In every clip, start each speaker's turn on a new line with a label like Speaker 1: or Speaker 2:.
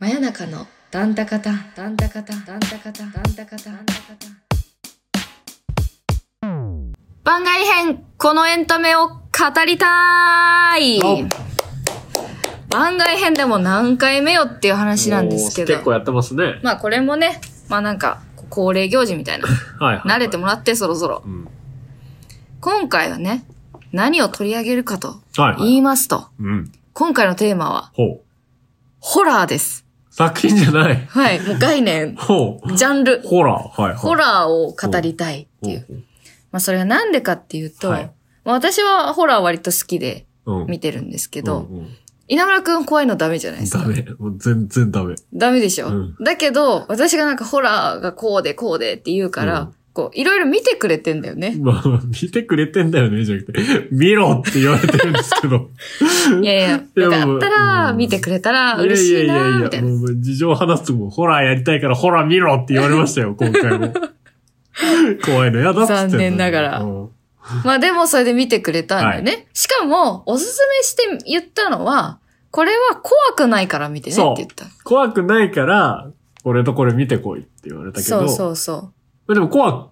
Speaker 1: 真夜中のダンタカタンダンタカタンダンタカタンダンタカタンダンタカタン番外編このエンタメを語りたい番外編でも何回目よっていう話なんですけ
Speaker 2: もう結構
Speaker 1: ど
Speaker 2: やってますね。
Speaker 1: まあこれもねまあなんか恒例行事みたい な
Speaker 2: はい、はい。
Speaker 1: 慣れてもらってそろそろ
Speaker 2: うん。
Speaker 1: 今回はね何を取り上げるかと
Speaker 2: はい、はい。
Speaker 1: 言いますと
Speaker 2: うん。
Speaker 1: 今回のテーマは
Speaker 2: ほう。
Speaker 1: ホラーです
Speaker 2: 作品じゃない。
Speaker 1: はいもう概念
Speaker 2: ほう。
Speaker 1: ジャンル
Speaker 2: ホラー。はい、はい。
Speaker 1: ホラーを語りたいっていう。まあそれがなんでかっていうと、
Speaker 2: はい
Speaker 1: まあ私はホラー割と好きで
Speaker 2: ほう。うん。
Speaker 1: 見てるんですけど、
Speaker 2: うんうん
Speaker 1: 稲村くん怖いのダメじゃないですか。
Speaker 2: ダメ。もう全然ダメ。
Speaker 1: ダメでしょ、
Speaker 2: うん
Speaker 1: だけど、私がなんかホラーがこうでこうでって言うから、
Speaker 2: うん
Speaker 1: こう、いろいろ見てくれてんだよね。
Speaker 2: まあ、見てくれてんだよね、じゃなくて。見ろって言われてるんですけ ど。
Speaker 1: いやいや、
Speaker 2: いや
Speaker 1: よかったら、
Speaker 2: うん
Speaker 1: 見てくれたら嬉しい
Speaker 2: やや
Speaker 1: な、
Speaker 2: や
Speaker 1: みたいな。
Speaker 2: もう事情話すもんホラーやりたいからホラー見ろって言われましたよ、今回 も。怖いのやだっつってんのに。
Speaker 1: 残念ながら
Speaker 2: うん
Speaker 1: まあでもそれで見てくれたんだよね。しかも、おすすめして言ったのは、これは怖くないから見てねって言った。
Speaker 2: 怖くないから、これとこれ見てこいって言われたけ
Speaker 1: そ
Speaker 2: ど。
Speaker 1: うそうそ
Speaker 2: まあでも怖く、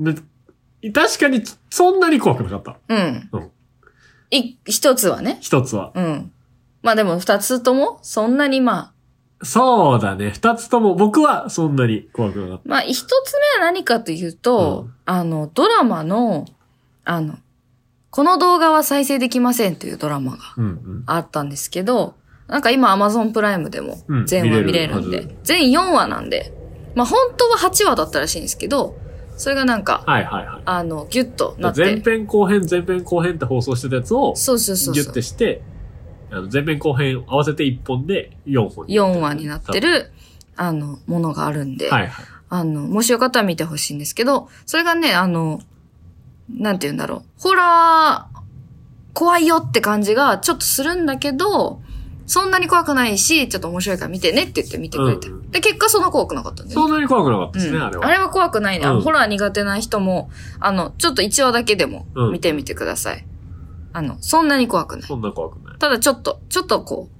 Speaker 2: ね確かにそんなに怖くなかった。
Speaker 1: う。うん
Speaker 2: うん。
Speaker 1: い、一つはね。
Speaker 2: 一つは。
Speaker 1: うん。まあでも二つとも、そんなにまあ、
Speaker 2: そうだね。二つとも僕はそんなに怖くなかっ
Speaker 1: まあ一つ目は何かというと、
Speaker 2: うん
Speaker 1: あの、ドラマの、あの、この動画は再生できませんというドラマが
Speaker 2: た。うん
Speaker 1: あったんですけど、なんか今 Amazon プライムでも
Speaker 2: うん
Speaker 1: 全話見れるん
Speaker 2: 見れる
Speaker 1: で
Speaker 2: はず、
Speaker 1: 全4話なんで、まあ本当は8話だったらしいんですけど、それがなんか
Speaker 2: う、ん。はいはいはい。
Speaker 1: あの、ギュッとなって、
Speaker 2: 前編後編、前編後編って放送してたやつを、
Speaker 1: そうそうそう
Speaker 2: ギュ
Speaker 1: そ
Speaker 2: ッ
Speaker 1: う
Speaker 2: て、して、あの前編後編合わせて1本で4本。
Speaker 1: 4話になってる、あの、ものがあるんで、
Speaker 2: はいはい。
Speaker 1: あの、もしよかったら見てほしいんですけど、それがね、あの、なんて言うんだろう。ホラー、怖いよって感じがちょっとするんだけど、そんなに怖くないし、ちょっと面白いから見てねって言って見てくれた。
Speaker 2: うんうん
Speaker 1: で、結果そんな怖くなかったんだよ
Speaker 2: そ
Speaker 1: ね。
Speaker 2: んなに怖くなかったですね、
Speaker 1: うん
Speaker 2: あれは。
Speaker 1: あれは怖くないね。あの
Speaker 2: うん
Speaker 1: ホラー苦手な人も、あの、ちょっと1話だけでも
Speaker 2: うん
Speaker 1: 見てみてください。あの、そんなに怖くない。
Speaker 2: そんな怖くない。
Speaker 1: ただちょっと、ちょっとこう、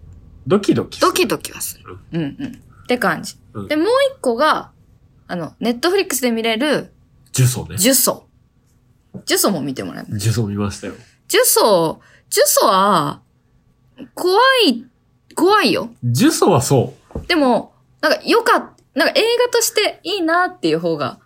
Speaker 2: ドキドキ。
Speaker 1: ドキドキはする。うんうん。って感じ。
Speaker 2: うん
Speaker 1: で、もう一個が、あの、ネットフリックスで見れる、
Speaker 2: ジュソね。
Speaker 1: ジュソ。ジュソも見てもらいます。
Speaker 2: ジュソ見ましたよ。
Speaker 1: ジュソ、ジュソは、怖い、怖いよ。
Speaker 2: ジュソはそ
Speaker 1: でも、なんか良かった、なんか映画としていいなっていう方が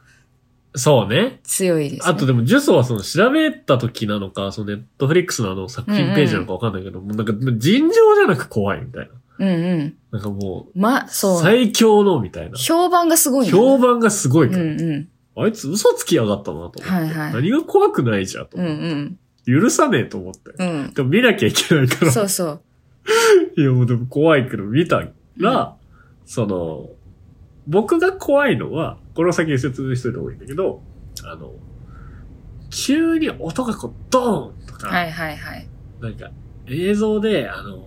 Speaker 2: う。そうね。
Speaker 1: 強いです、ね。
Speaker 2: あとでも、ジュソはその調べた時なのか、そのネットフリックスのあの作品ページなのかわかんないけど、もうなんか尋常じゃなく怖いみたいな。
Speaker 1: うんうん。
Speaker 2: なんかも
Speaker 1: ま、
Speaker 2: う、
Speaker 1: そう。
Speaker 2: 最強のみたいな。
Speaker 1: 評判がすごいね
Speaker 2: 評判がすごいから、
Speaker 1: うんうん。
Speaker 2: あいつ嘘つきやがったなと思って。
Speaker 1: はいはい。
Speaker 2: 何が怖くないじゃんと
Speaker 1: う
Speaker 2: 思って、
Speaker 1: ん
Speaker 2: 許さねえと思って。
Speaker 1: うん。
Speaker 2: でも見なきゃいけないか
Speaker 1: うん。
Speaker 2: ら。
Speaker 1: そうそう。
Speaker 2: いやもうでも怖いけど見たら、その、僕が怖いのは、これを先に説明しといた方がいいんだけど、あの、急に音がこう、ドーンとか、
Speaker 1: はいはいはい。
Speaker 2: なんか映像で、あの、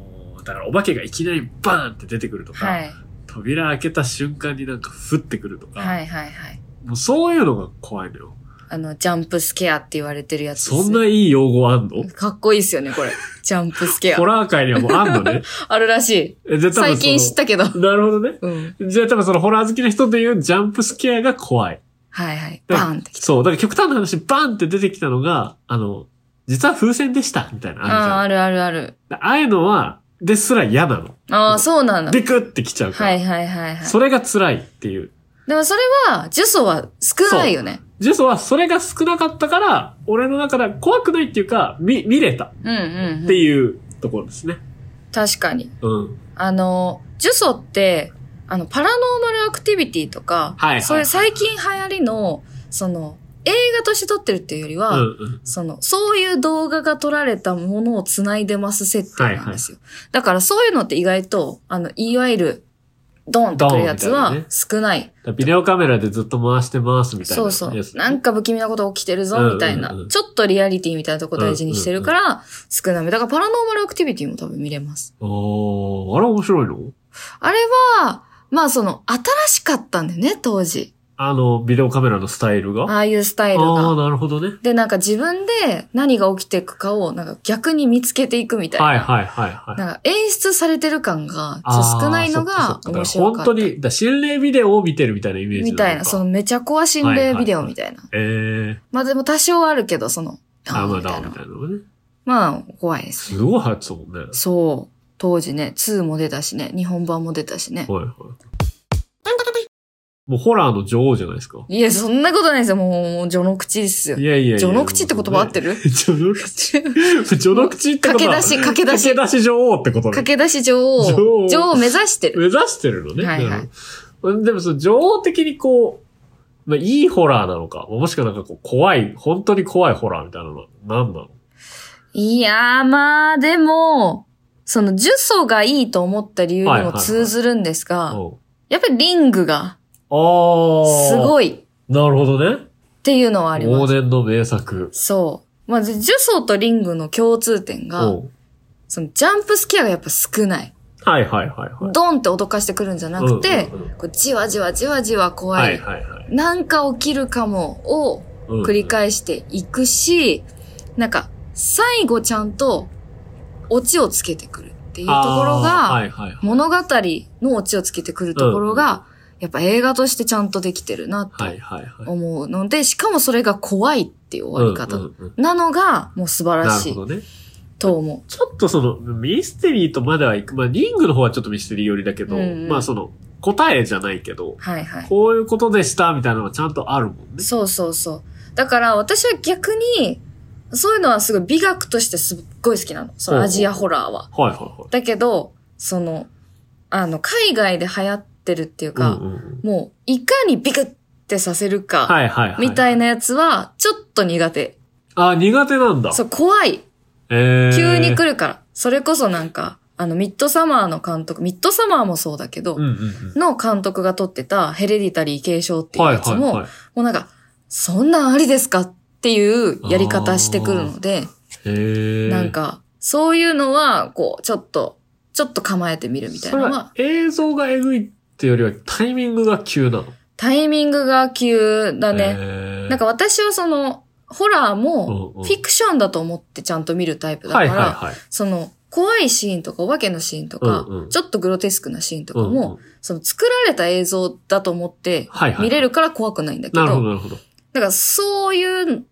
Speaker 2: だからお化けがいきなりバーンって出てくるとか、
Speaker 1: はい。
Speaker 2: 扉開けた瞬間になんか降ってくるとか、
Speaker 1: はいはいはい。
Speaker 2: もうそういうのが怖いのよ。
Speaker 1: あの、ジャンプスケアって言われてるやつです。
Speaker 2: そんないい用語あんの
Speaker 1: かっこいいですよね、これ。ジャンプスケア
Speaker 2: ホ。ラー界にはもうあん のね。
Speaker 1: あるらしい。
Speaker 2: えじゃあ多
Speaker 1: 最
Speaker 2: 分
Speaker 1: 近知ったけど。
Speaker 2: そのなるほどね。
Speaker 1: うん。
Speaker 2: じゃあ多分そのホラー好きな人で言うジャンプスケアが怖い。
Speaker 1: はいはい。
Speaker 2: だ
Speaker 1: バ
Speaker 2: から
Speaker 1: ーンってきた。
Speaker 2: そう。だから極端な話、バンって出てきたのが、あの、実は風船でした、みたいなのあるじ
Speaker 1: ああー、
Speaker 2: ゃん
Speaker 1: あるあるある。
Speaker 2: だああいうのは、ですら嫌なの。
Speaker 1: あ
Speaker 2: う
Speaker 1: あ、
Speaker 2: ん
Speaker 1: そうなんだ。
Speaker 2: ビクってきちゃうから。
Speaker 1: はいはいはいはい。
Speaker 2: それが辛いっていう。
Speaker 1: でもそれは、呪詛は少ないよね。
Speaker 2: ジュソはそれが少なかったから、俺の中では怖くないっていうか、見、見れた
Speaker 1: うんうん
Speaker 2: っ
Speaker 1: う
Speaker 2: て
Speaker 1: ん。
Speaker 2: いうところですね。
Speaker 1: 確かに。
Speaker 2: うん。
Speaker 1: あの、呪詛って、あの、パラノーマルアクティビティとか、
Speaker 2: はいはい
Speaker 1: そういう最近流行りの、その、映画として撮ってるっていうより
Speaker 2: うん
Speaker 1: は、
Speaker 2: うん。
Speaker 1: その、そういう動画が撮られたものを繋いでます設定なんですよ。だからそういうのって意外と、あの、いわゆる、ドンとくるやつ
Speaker 2: ドンみたいな
Speaker 1: は
Speaker 2: ね
Speaker 1: 少ない。
Speaker 2: だからビデオカメラでずっと回してますみたいな
Speaker 1: そう
Speaker 2: やつ。
Speaker 1: そう。なんか不気味なこと起きてるぞ、みたいな、
Speaker 2: うんうんうん
Speaker 1: ちょっとリアリティみたいなとこ大事にしてるから、少なめ。だからパラノーマルアクティビティも多分見れます。
Speaker 2: おー、あれ面白いの
Speaker 1: あれは、まあその、新しかったんだよね、当時。
Speaker 2: あの、ビデオカメラのスタイルが。
Speaker 1: ああいうスタイル
Speaker 2: ああ、
Speaker 1: が。
Speaker 2: なるほどね。
Speaker 1: で、なんか自分で何が起きていくかを、なんか逆に見つけていくみたいな。
Speaker 2: はいはいはいはい。
Speaker 1: なんか演出されてる感がちょっと少ないのが面白かった。
Speaker 2: 本当に、だ心霊ビデオを見てるみたいなイメージ
Speaker 1: みたいな、そ
Speaker 2: の。
Speaker 1: のめちゃ怖心霊ビデオみたいな。
Speaker 2: えー、
Speaker 1: まあでも多少はあるけど、その、
Speaker 2: あ、まあ
Speaker 1: みた
Speaker 2: だ、
Speaker 1: い
Speaker 2: み
Speaker 1: な
Speaker 2: たいなのがね。
Speaker 1: まあ、怖いです。
Speaker 2: すごい流行ってたもんね。
Speaker 1: そう。当時ね、2も出たしね、日本版も出たしね。
Speaker 2: はいはい。もうホラーの女王じゃないですか。
Speaker 1: いや、そんなことないですよ。もう、もう序の口ですよ
Speaker 2: い。やいやいや。
Speaker 1: 序の口って言葉合ってる
Speaker 2: る序の口。序の口ってこと
Speaker 1: 駆け
Speaker 2: は
Speaker 1: 出し、駆け出し、
Speaker 2: 駆け出し女王ってことね
Speaker 1: 駆。け出し女王
Speaker 2: 女王、
Speaker 1: 女王を目指してる。
Speaker 2: 目指してるのね。
Speaker 1: はいはい
Speaker 2: なるほどでもその女王的にこう、まあ、いいホラーなのか、もしくはなんかこう怖い、本当に怖いホラーみたいなのは何なの
Speaker 1: いやー、まあ、でも、その、呪詛がいいと思った理由にも通ずるんですが、
Speaker 2: うん
Speaker 1: やっぱりリングが、
Speaker 2: ああ。
Speaker 1: す
Speaker 2: い。
Speaker 1: ごいっ
Speaker 2: なるほどね。
Speaker 1: ていうのはありま
Speaker 2: 往
Speaker 1: す。
Speaker 2: 年の名作。
Speaker 1: そう。まず、呪詛とリングの共通点
Speaker 2: う
Speaker 1: が、
Speaker 2: ん
Speaker 1: その、ジャンプスケアがやっぱ少ない。
Speaker 2: はいはいはいはい。
Speaker 1: ドンって脅かしてくるんじゃなくて
Speaker 2: うんうんうん、
Speaker 1: こうじわじわじわじわ怖
Speaker 2: はいい。はいはい。
Speaker 1: なんか起きるかもを
Speaker 2: うん
Speaker 1: 繰り返していくし、なんか最後ちゃんとオチをつけてくるっていうところ
Speaker 2: あーは
Speaker 1: が、
Speaker 2: いはいはい。
Speaker 1: 物語のオチをつけてくるところが、やっぱ映画としてちゃんとできてるなと
Speaker 2: はいはいはい。
Speaker 1: 思うので、しかもそれが怖いっていう終わり
Speaker 2: う
Speaker 1: 方
Speaker 2: んうんうん
Speaker 1: なのがもう素晴ら
Speaker 2: な
Speaker 1: し
Speaker 2: る
Speaker 1: い
Speaker 2: ほどね。
Speaker 1: と思
Speaker 2: ちょっとその、ミステリーとまではいく。まあ、リングの方はちょっとミステリー寄りだけど、
Speaker 1: うんうん
Speaker 2: まあその、答えじゃないけど
Speaker 1: う。、はいはい。
Speaker 2: こういうことでしたみたいなのがちゃんとあるもんね。
Speaker 1: そうそうそう。だから私は逆に、そういうのはすごい美学としてすっごい好きなの。そのアジアホラーは。
Speaker 2: はいはいはい。
Speaker 1: だけど、その、あの、海外で流行ってるっていうか、
Speaker 2: うんうんうん
Speaker 1: もう、いかにビクってさせるか、
Speaker 2: はいはいはい。
Speaker 1: みたいなやつは、ちょっと苦手。
Speaker 2: あ、苦手なんだ。
Speaker 1: そう、怖い。
Speaker 2: えー、
Speaker 1: 急に来るから。それこそなんか、あの、ミッドサマーの監督、ミッドサマーもそうだけど、
Speaker 2: うんうんうん。
Speaker 1: の監督が撮ってたヘレディタリー継承っていう
Speaker 2: はい
Speaker 1: やつ
Speaker 2: はい
Speaker 1: も、
Speaker 2: はい。
Speaker 1: もうなんか、そんなんありですかっていうやり方してくるので、
Speaker 2: えー、
Speaker 1: なん、か、そういうのは、こう、ちょっと、ちょっと構えてみるみたい
Speaker 2: そ
Speaker 1: な
Speaker 2: れ
Speaker 1: の
Speaker 2: は
Speaker 1: は、
Speaker 2: 映像がえぐいっていうよりはタイミングが急なの。
Speaker 1: タイミングが急だね。
Speaker 2: えー
Speaker 1: なんか、私はその、ホラーも
Speaker 2: うんう
Speaker 1: フ
Speaker 2: ん
Speaker 1: ィクションだと思ってちゃんと見るタイプだか
Speaker 2: はいはい
Speaker 1: ら、
Speaker 2: はい。
Speaker 1: その、怖いシーンとかお化けのシーンとか
Speaker 2: うんう、ん
Speaker 1: ちょっとグロテスクなシーンとか
Speaker 2: うんうん
Speaker 1: も、その作られた映像だと思って
Speaker 2: はいはい。
Speaker 1: 見れるから怖くないんだけ
Speaker 2: なるほ
Speaker 1: ど
Speaker 2: ど、、なるほど。
Speaker 1: だからそういう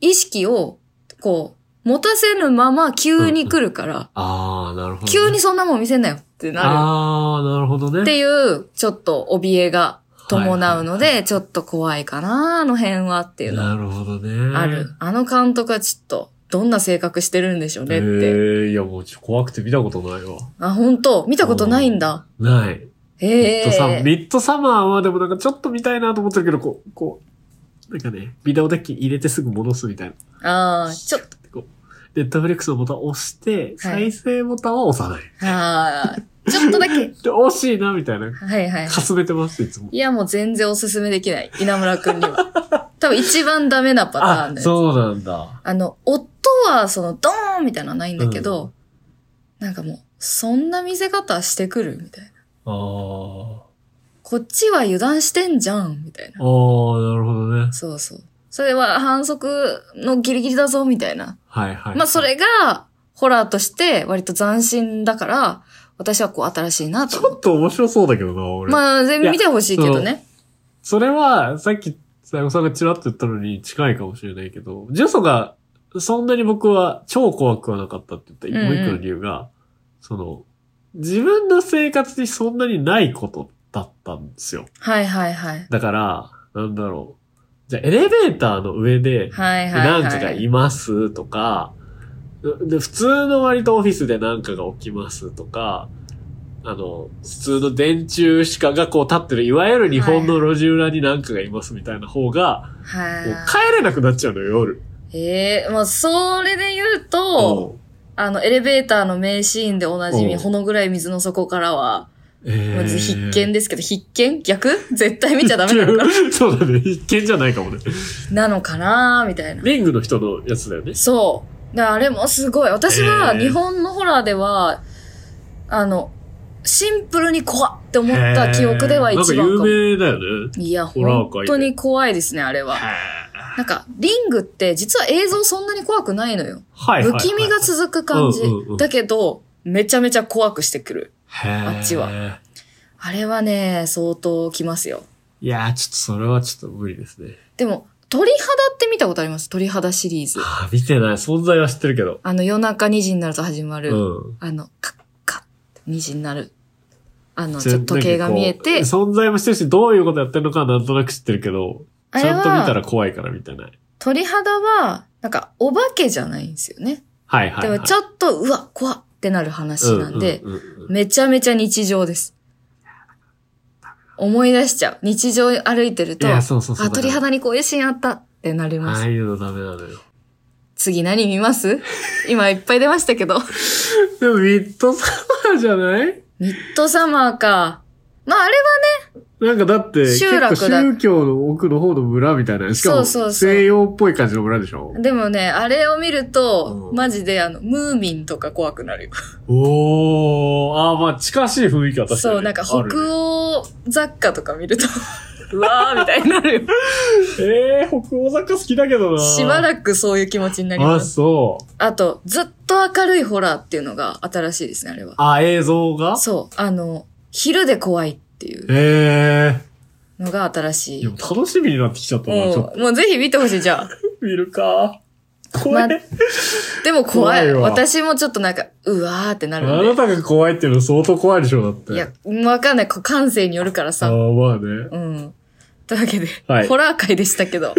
Speaker 1: 意識を、こう、持たせぬまま急に来るから、
Speaker 2: あー、なるほどね、
Speaker 1: 急にそんなもん見せんなよってなる。
Speaker 2: あー、なるほどね。
Speaker 1: っていう、ちょっと怯えが伴うの
Speaker 2: はいは
Speaker 1: で、ちょっと怖いかな、あの辺はっていうのは
Speaker 2: なるほどね。
Speaker 1: ある。あの監督はちょっと、どんな性格してるんでしょうねっ
Speaker 2: え
Speaker 1: て。
Speaker 2: ー、いやもうちょっと怖くて見たことないわ。
Speaker 1: あ、本当見たことないんだ。
Speaker 2: ない。ミ
Speaker 1: へ
Speaker 2: ッドサマー、
Speaker 1: え。
Speaker 2: ミッドサマーはでもなんかちょっと見たいなと思ってるけど、こう、こう、なんかね、ビデオデッキ入れてすぐ戻すみたいな。
Speaker 1: ああ、ちょっと、
Speaker 2: こう、ネットフリックスのボタンを押して、再生ボタンは押さない。
Speaker 1: ああ、ちょっとだけ。
Speaker 2: で、惜しいな、みたい
Speaker 1: は
Speaker 2: な。
Speaker 1: いはいはい
Speaker 2: か。すめてます、いつも。
Speaker 1: いや、もう全然おすすめできない。稲村くんには。 多分一番ダメなパター
Speaker 2: あ
Speaker 1: ン、で。
Speaker 2: そうなんだ。
Speaker 1: あの、音はその、ドーンみたいなのはないんだけど、なんかもう、そんな見せ方してくるみたいな。
Speaker 2: あー。
Speaker 1: こっちは油断してんじゃんみたい
Speaker 2: あ
Speaker 1: な。
Speaker 2: ー、なるほどね。
Speaker 1: そうそう。それは反則のギリギリだぞみたいな。
Speaker 2: はいはい。
Speaker 1: まあそ。れが、ホラーとして割と斬新だから、私はこう新しいな
Speaker 2: ち
Speaker 1: と思
Speaker 2: ょ
Speaker 1: う。
Speaker 2: っと面白そうだけどな、俺。
Speaker 1: まあ、全部見てほしいけどね。
Speaker 2: それは、さっき、佐山さんがチラッと言ったのに近いかもしれないけど、ジュソが、そんなに僕は超怖くはなかったって言った、
Speaker 1: うんうん
Speaker 2: もう一個の理由が、その、自分の生活にそんなにないことだったんですよ。
Speaker 1: はいはいはい。
Speaker 2: だから、なんだろう。じゃあエレベーターの上で、
Speaker 1: はいはい、は。
Speaker 2: ないんかがいますとか、で普通の割とオフィスでなんかが起きますとか、あの、普通の電柱しかがこう立ってる、いわゆる日本の路地裏になんかがいますみたいな方が、もう
Speaker 1: はい。
Speaker 2: 帰れなくなっちゃうのよ、夜。
Speaker 1: ええまあ、それで言うと、あの、エレベーターの名シーンでおなじみ、
Speaker 2: うん
Speaker 1: ほのぐらい水の底からは、
Speaker 2: うん。え
Speaker 1: まず必見
Speaker 2: で
Speaker 1: ですけど、必見逆絶対見ちゃダメなの かな
Speaker 2: そうだね。必見じゃないかもね。
Speaker 1: なのかなみたいな。
Speaker 2: リングの人のやつだよね。
Speaker 1: そう。だからあれもすごい。私は
Speaker 2: えー
Speaker 1: 日本のホラーでは、あの、シンプルに怖って思った記憶では一番か
Speaker 2: なん
Speaker 1: も
Speaker 2: か。有名だよね。
Speaker 1: いや、
Speaker 2: ホラー界で
Speaker 1: 本当に怖いですね、あれは。なんか、リングって実は映像そんなに怖くないのよ。
Speaker 2: はいはい、はい。
Speaker 1: 不気味が続く感じ
Speaker 2: うんうんうん。
Speaker 1: だけど、めちゃめちゃ怖くしてくる。
Speaker 2: あ
Speaker 1: っちは。あれはね、相当きますよ。
Speaker 2: いやー、ちょっとそれはちょっと無理ですね。
Speaker 1: でも、鳥肌って見たことあります鳥肌シリーズ。
Speaker 2: あー見てない。存在は知ってるけど。
Speaker 1: あの、夜中2時になると始まる。
Speaker 2: うん。
Speaker 1: あの、カッカッって2時になる。あの、ちょっと時計が見えて、
Speaker 2: 存在もしてるし、どういうことやってるのかはなんとなく知ってるけど、
Speaker 1: あ
Speaker 2: ち
Speaker 1: れ
Speaker 2: ゃんと見た
Speaker 1: は、
Speaker 2: ら怖いから見てない。
Speaker 1: 鳥肌は、なんか、お化けじゃないんですよね。
Speaker 2: はいはい、
Speaker 1: で
Speaker 2: はい。
Speaker 1: も、ちょっと、うわ、怖っってなる話なんで、
Speaker 2: うんうんうんうん
Speaker 1: めちゃめちゃ日常です。思い出しちゃう。日常歩いてる
Speaker 2: い
Speaker 1: と、
Speaker 2: や、
Speaker 1: あ、
Speaker 2: そうそうそう。だから
Speaker 1: 鳥肌にこういうシーンあったってなります
Speaker 2: ああ。いうのダメなのよ。
Speaker 1: 次何見ます 今いっぱい出ましたけど。
Speaker 2: でも、ミッドサマーじゃない
Speaker 1: ミッドサマーか。まああれは
Speaker 2: なんかだって、
Speaker 1: 集落だ
Speaker 2: 結構宗教の奥の方の村みたいな。しかも、
Speaker 1: そうそうそう
Speaker 2: 西洋っぽい感じの村でしょ
Speaker 1: でもね、あれを見ると、
Speaker 2: うん
Speaker 1: マジであの、ムーミンとか怖くなるよ。
Speaker 2: おー、ああ、まあ、近しい雰囲気は確かに。
Speaker 1: そう、なんか北
Speaker 2: あるね
Speaker 1: 欧雑貨とか見ると、うわーみたいにな るよ。
Speaker 2: ええー、北欧雑貨好きだけどな。
Speaker 1: しば
Speaker 2: く
Speaker 1: らくそういう気持ちになり
Speaker 2: あ、
Speaker 1: ます。
Speaker 2: そう。
Speaker 1: あと、ずっと明るいホラーっていうのが新しいですね、あれは。
Speaker 2: あ、映像が
Speaker 1: そう、あの、昼で怖いっていう
Speaker 2: ええ
Speaker 1: のが新し
Speaker 2: ー。
Speaker 1: い。
Speaker 2: で
Speaker 1: も
Speaker 2: も楽しみになってきちゃったな、ちょっ
Speaker 1: う、もうぜひ見てほしい、じゃあ。
Speaker 2: と。見るか。怖
Speaker 1: ま
Speaker 2: い。
Speaker 1: でも怖い。
Speaker 2: 怖いわ
Speaker 1: 私もちょっとなんか、うわーってな
Speaker 2: あ
Speaker 1: るんで
Speaker 2: なたが怖いっていうの相当怖いでしょ、だって。
Speaker 1: いや、わかんない。こう感性によるから
Speaker 2: ああ、
Speaker 1: さ。
Speaker 2: まあね。
Speaker 1: うん。というわけで、
Speaker 2: はい
Speaker 1: ホラー界でしたけ ど、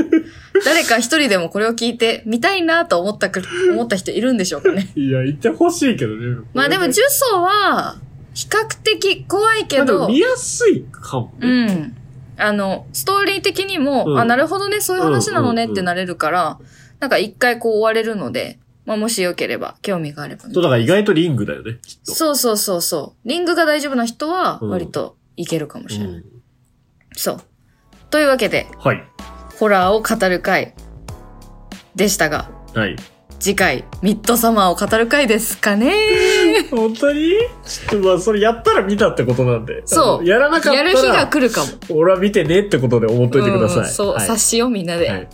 Speaker 1: 誰か一人でもこれを聞いて、見たいなと思ったく、思った人いるんでしょうかね。
Speaker 2: いや、言ってほしいけどね。
Speaker 1: まあでも、
Speaker 2: こ
Speaker 1: 呪詛は、比較的怖い
Speaker 2: れ
Speaker 1: け
Speaker 2: ねまあでも
Speaker 1: ど、
Speaker 2: 見やすいかもね。
Speaker 1: うん。あの、ストーリー的にも、
Speaker 2: うん
Speaker 1: あ、なるほどね、そういう話なのね
Speaker 2: うんうんうん
Speaker 1: ってなれるから、なんか一回こう追われるので、まあもしよければ、興味があればね、
Speaker 2: そう、だから意外とリングだよね、きっと。
Speaker 1: そうそうそうそう。リングが大丈夫な人は、
Speaker 2: うん
Speaker 1: 割といけるかもしれない。
Speaker 2: ん。
Speaker 1: そう。というわけで、
Speaker 2: はい。
Speaker 1: ホラーを語る回でしたが、
Speaker 2: はい。
Speaker 1: 次回、ミッドサマーを語る回ですかね
Speaker 2: 本当にちょっとまあ、それやったら見たってことなんで。
Speaker 1: そう
Speaker 2: あのやらなかったら。
Speaker 1: やる日が来るかも。
Speaker 2: 俺は見てねってことで思っといてください。
Speaker 1: うんそう、
Speaker 2: はい
Speaker 1: 察しようみんなで、
Speaker 2: はい。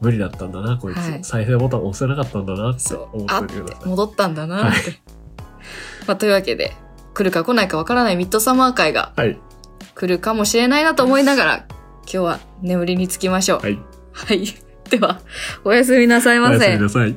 Speaker 2: 無理だったんだな、こいつ。
Speaker 1: はい
Speaker 2: 再生ボタン押せなかったんだなって
Speaker 1: そう
Speaker 2: 思っておいてください。
Speaker 1: 戻ったんだなって。 まあ、というわけで、来るか来ないかわからないミッドサマー会が
Speaker 2: はい。
Speaker 1: 来るかもしれないなと思いながら、今日は眠りにつきましょう。
Speaker 2: はい。
Speaker 1: はい。では、おやすみなさい
Speaker 2: お
Speaker 1: ま
Speaker 2: や
Speaker 1: せ。
Speaker 2: すみなさい。